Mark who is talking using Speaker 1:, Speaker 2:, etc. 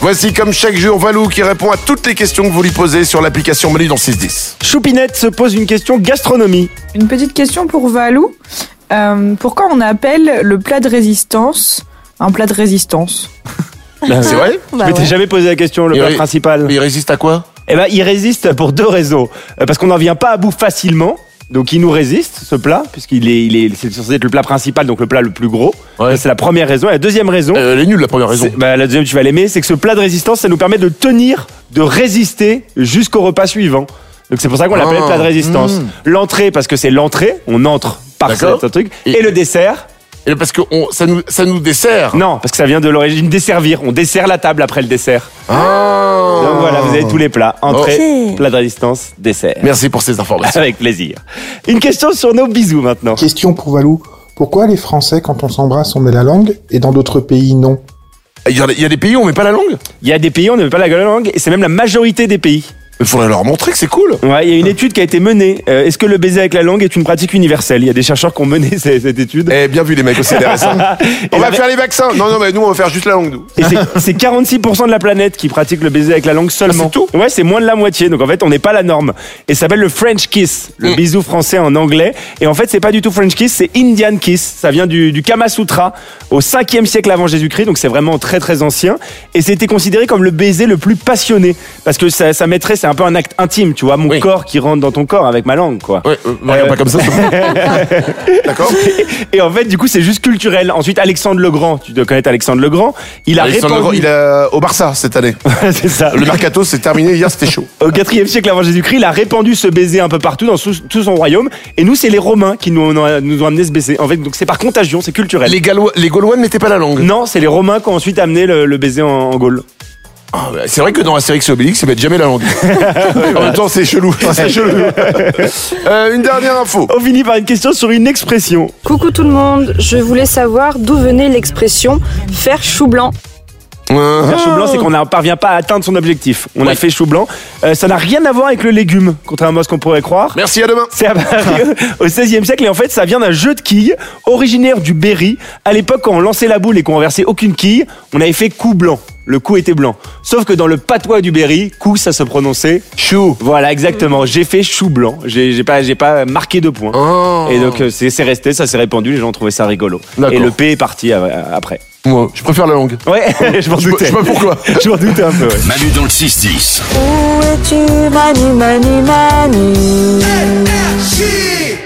Speaker 1: Voici comme chaque jour Valou qui répond à toutes les questions que vous lui posez sur l'application Menu dans 610.
Speaker 2: Choupinette se pose une question gastronomie.
Speaker 3: Une petite question pour Valou. Euh, pourquoi on appelle le plat de résistance un plat de résistance
Speaker 1: Ah, C'est vrai
Speaker 2: Je
Speaker 3: Bah
Speaker 2: m'étais jamais posé la question, le
Speaker 1: Il
Speaker 2: plat
Speaker 1: ré-
Speaker 2: principal.
Speaker 1: Il résiste à quoi
Speaker 2: Eh ben, il résiste pour deux raisons. Euh, Parce qu'on n'en vient pas à bout facilement. Donc il nous résiste ce plat puisqu'il est, il est, c'est censé être le plat principal, donc le plat le plus gros.
Speaker 1: Ouais.
Speaker 2: Ça, C'est la première raison. Et la deuxième raison,
Speaker 1: Euh, Elle est nulle la première raison.
Speaker 2: c'est- bah, la deuxième tu vas l'aimer, c'est que ce plat de résistance, ça nous permet de tenir, de résister jusqu'au repas suivant. Donc c'est pour ça qu'on l'appelle
Speaker 1: Ah,
Speaker 2: plat de résistance.
Speaker 1: hmm.
Speaker 2: L'entrée parce que c'est l'entrée, on entre par
Speaker 1: D'accord.
Speaker 2: ce truc.
Speaker 1: Et-
Speaker 2: Et, le dessert,
Speaker 1: Et parce que on- ça, nous, ça nous dessert.
Speaker 2: non, parce que ça vient de l'origine desservir. On dessert la table après le dessert.
Speaker 1: Ah.
Speaker 2: Donc voilà, vous avez tous les plats entrée,
Speaker 4: Ok.
Speaker 2: plat de résistance, dessert.
Speaker 1: Merci pour ces informations.
Speaker 2: Avec plaisir. Une question sur nos bisous maintenant.
Speaker 5: Question pour Valou. Pourquoi les Français, quand on s'embrasse, on met la langue et dans d'autres pays, non
Speaker 1: Il y, en a- il y a des pays où on met pas la langue.
Speaker 2: Il y a des pays où on ne met pas la langue, et c'est même la majorité des pays.
Speaker 1: Il faudrait leur montrer que c'est cool.
Speaker 2: Ouais, il y a une étude qui a été menée. Euh, Est-ce que le baiser avec la langue est une pratique universelle Il y a des chercheurs qui ont mené ce- cette, étude.
Speaker 1: Eh bien vu les mecs, c'est intéressant. on
Speaker 2: Et
Speaker 1: va
Speaker 2: la-
Speaker 1: faire les vaccins. Non non mais nous on va faire juste la langue nous.
Speaker 2: Et c'est- c'est 46% de la planète qui pratique le baiser avec la langue seulement.
Speaker 1: Ah, c'est
Speaker 2: Ouais, c'est moins de la moitié. Donc en fait, on n'est pas la norme. Et ça s'appelle le French kiss, le
Speaker 1: Mm.
Speaker 2: bisou français en anglais. Et en fait, c'est pas du tout French kiss, c'est Indian kiss. Ça vient du, du Kama Sutra au 5e siècle avant Jésus-Christ. Donc c'est vraiment très très ancien. Et c'était considéré comme le baiser le plus passionné parce que ça, ça mettrait, c'est un peu un acte intime, tu vois, mon
Speaker 1: Oui.
Speaker 2: corps qui rentre dans ton corps avec ma langue, quoi.
Speaker 1: Ouais, euh, regarde
Speaker 2: Euh,
Speaker 1: pas comme ça. D'accord.
Speaker 2: Et en fait, du coup, c'est juste culturel. Ensuite, Alexandre le Grand, tu dois connaître Alexandre le Grand. Il a
Speaker 1: Alexandre Legrand,
Speaker 2: répandu.
Speaker 1: il est euh, au Barça cette année.
Speaker 2: c'est ça.
Speaker 1: Le mercato c'est terminé hier, c'était chaud.
Speaker 2: Au 4 siècle avant Jésus-Christ, il a répandu ce baiser un peu partout dans sous- tout son royaume. Et nous, c'est les Romains qui nous, ont- nous ont amené ce baiser. En fait, donc c'est par contagion, c'est culturel.
Speaker 1: Les Gallois, les Gaulois ne mettaient pas la langue.
Speaker 2: Non, c'est les Romains qui ont ensuite amené le, le baiser en, en Gaule.
Speaker 1: Ah, bah, C'est vrai que dans Astérix et Obélix, ils mettent jamais la langue. en même temps, c'est chelou. C'est chelou. Euh, une dernière info.
Speaker 2: On finit par une question sur une expression.
Speaker 6: Coucou tout le monde, je voulais savoir d'où venait l'expression faire chou blanc.
Speaker 1: Euh,
Speaker 2: Faire chou blanc, c'est qu'on ne parvient pas à atteindre son objectif. On a
Speaker 1: Ouais.
Speaker 2: fait chou blanc. Euh, ça n'a rien à voir avec le légume, contrairement à ce qu'on pourrait croire.
Speaker 1: Merci, à demain.
Speaker 2: C'est apparu au XVIe siècle et en fait ça vient d'un jeu de quilles originaire du Berry. À l'époque quand on lançait la boule et qu'on renversait aucune quille, on avait fait coup blanc. Le coup était blanc. Sauf que dans le patois du Berry, coup ça se prononçait chou. Voilà exactement. J'ai fait chou blanc. J'ai j'ai pas j'ai pas marqué de points.
Speaker 1: Oh.
Speaker 2: Et donc euh, c'est c'est resté, ça s'est répandu, les gens trouvaient ça rigolo.
Speaker 1: D'accord.
Speaker 2: Et le P est parti euh, après.
Speaker 1: Moi, je préfère la langue.
Speaker 2: Ouais, je m'en
Speaker 1: Je
Speaker 2: doutais.
Speaker 1: sais pas pourquoi.
Speaker 2: Je m'en doutais un peu. ouais.
Speaker 7: Manu dans le 6-10.
Speaker 4: Où es-tu, Manu, Manu, Manu
Speaker 8: shit.